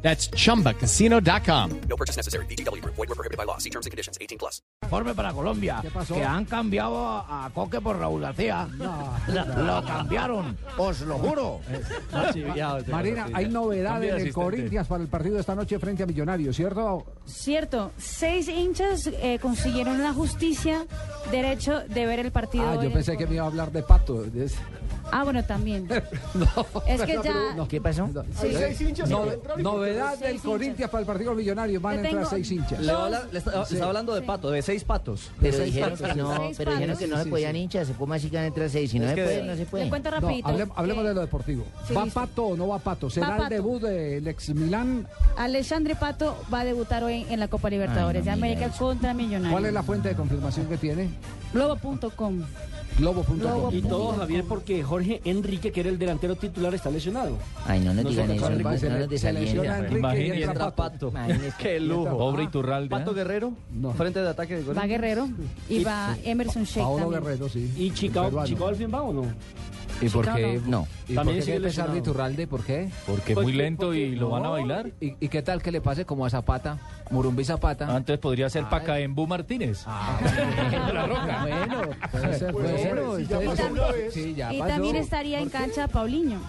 That's chumbacasino.com. No purchase necessary. BGW. Void were prohibited by law. See terms and conditions. 18 plus. Informe para Colombia. Que han cambiado a a Coque por Raúl García. Lo cambiaron, os lo juro. Marina, hay novedades en el Corinthians para el partido de esta noche frente a Millonarios, ¿cierto? Cierto, seis hinchas eh, consiguieron la justicia, derecho de ver el partido. Ah, hoy en yo el pensé que me Congreso. iba a hablar de pato. Es- Ah, bueno, también. es que ya. ¿Qué pasó? sí, ¿eh? No- novedad del hinchas. Corinthians para el partido de Millonarios. Van Te a entrar tengo- seis hinchas. Le, habla- le está, le está hablando de pato, de seis patos. De Pero seis dijeron, patos. que no, Seis pero dijeron patos. que no Sí, se sí, podían sí. hinchas, ¿cómo así que van a entrar seis? Si no se puede, no se Le puede. cuento No, rapidito. Eh, hablem- hablemos que de lo deportivo. Sí, ¿Va listo. Pato o no va Pato? ¿Será Va el Pato. debut del ex Milán? Alexandre Pato va a debutar hoy en la Copa Libertadores Ay, de no, mira América eso. contra Millonarios. ¿Cuál es la fuente de confirmación que tiene? Globo.com. Globo.com. Globo. Y todo, Javier, porque Jorge Enrique, que era el delantero titular, está lesionado. Ay, no nos No se digan eso, recuerda, no se le- nos se lesiona desalienten. Enrique y Y entra entra Pato. pato. ¿ah? Imagínese. Qué lujo. Pobre ¿eh? Iturralde. Pato Guerrero, No. frente de ataque de gol. Va Guerrero y va Emerson Sheik. Paolo también. Guerrero, sí. ¿Y el Chicago, peruano. Chicago al fin va o no? ¿Y por Chicago qué? no. No. ¿Y por También qué sigue debe pesar de lesionado. Iturralde? ¿Por qué? Porque muy lento y lo van a bailar. ¿Y, y qué tal que le pase como a Zapata, Murumbi Ah, Zapata? Ah, Antes podría ser Pacaembu Martínez. Bueno, puede ser, puede ser. Pues, hombre, si ya ustedes- pasó una vez. Sí, ya Y pasó. también estaría en cancha Paulinho.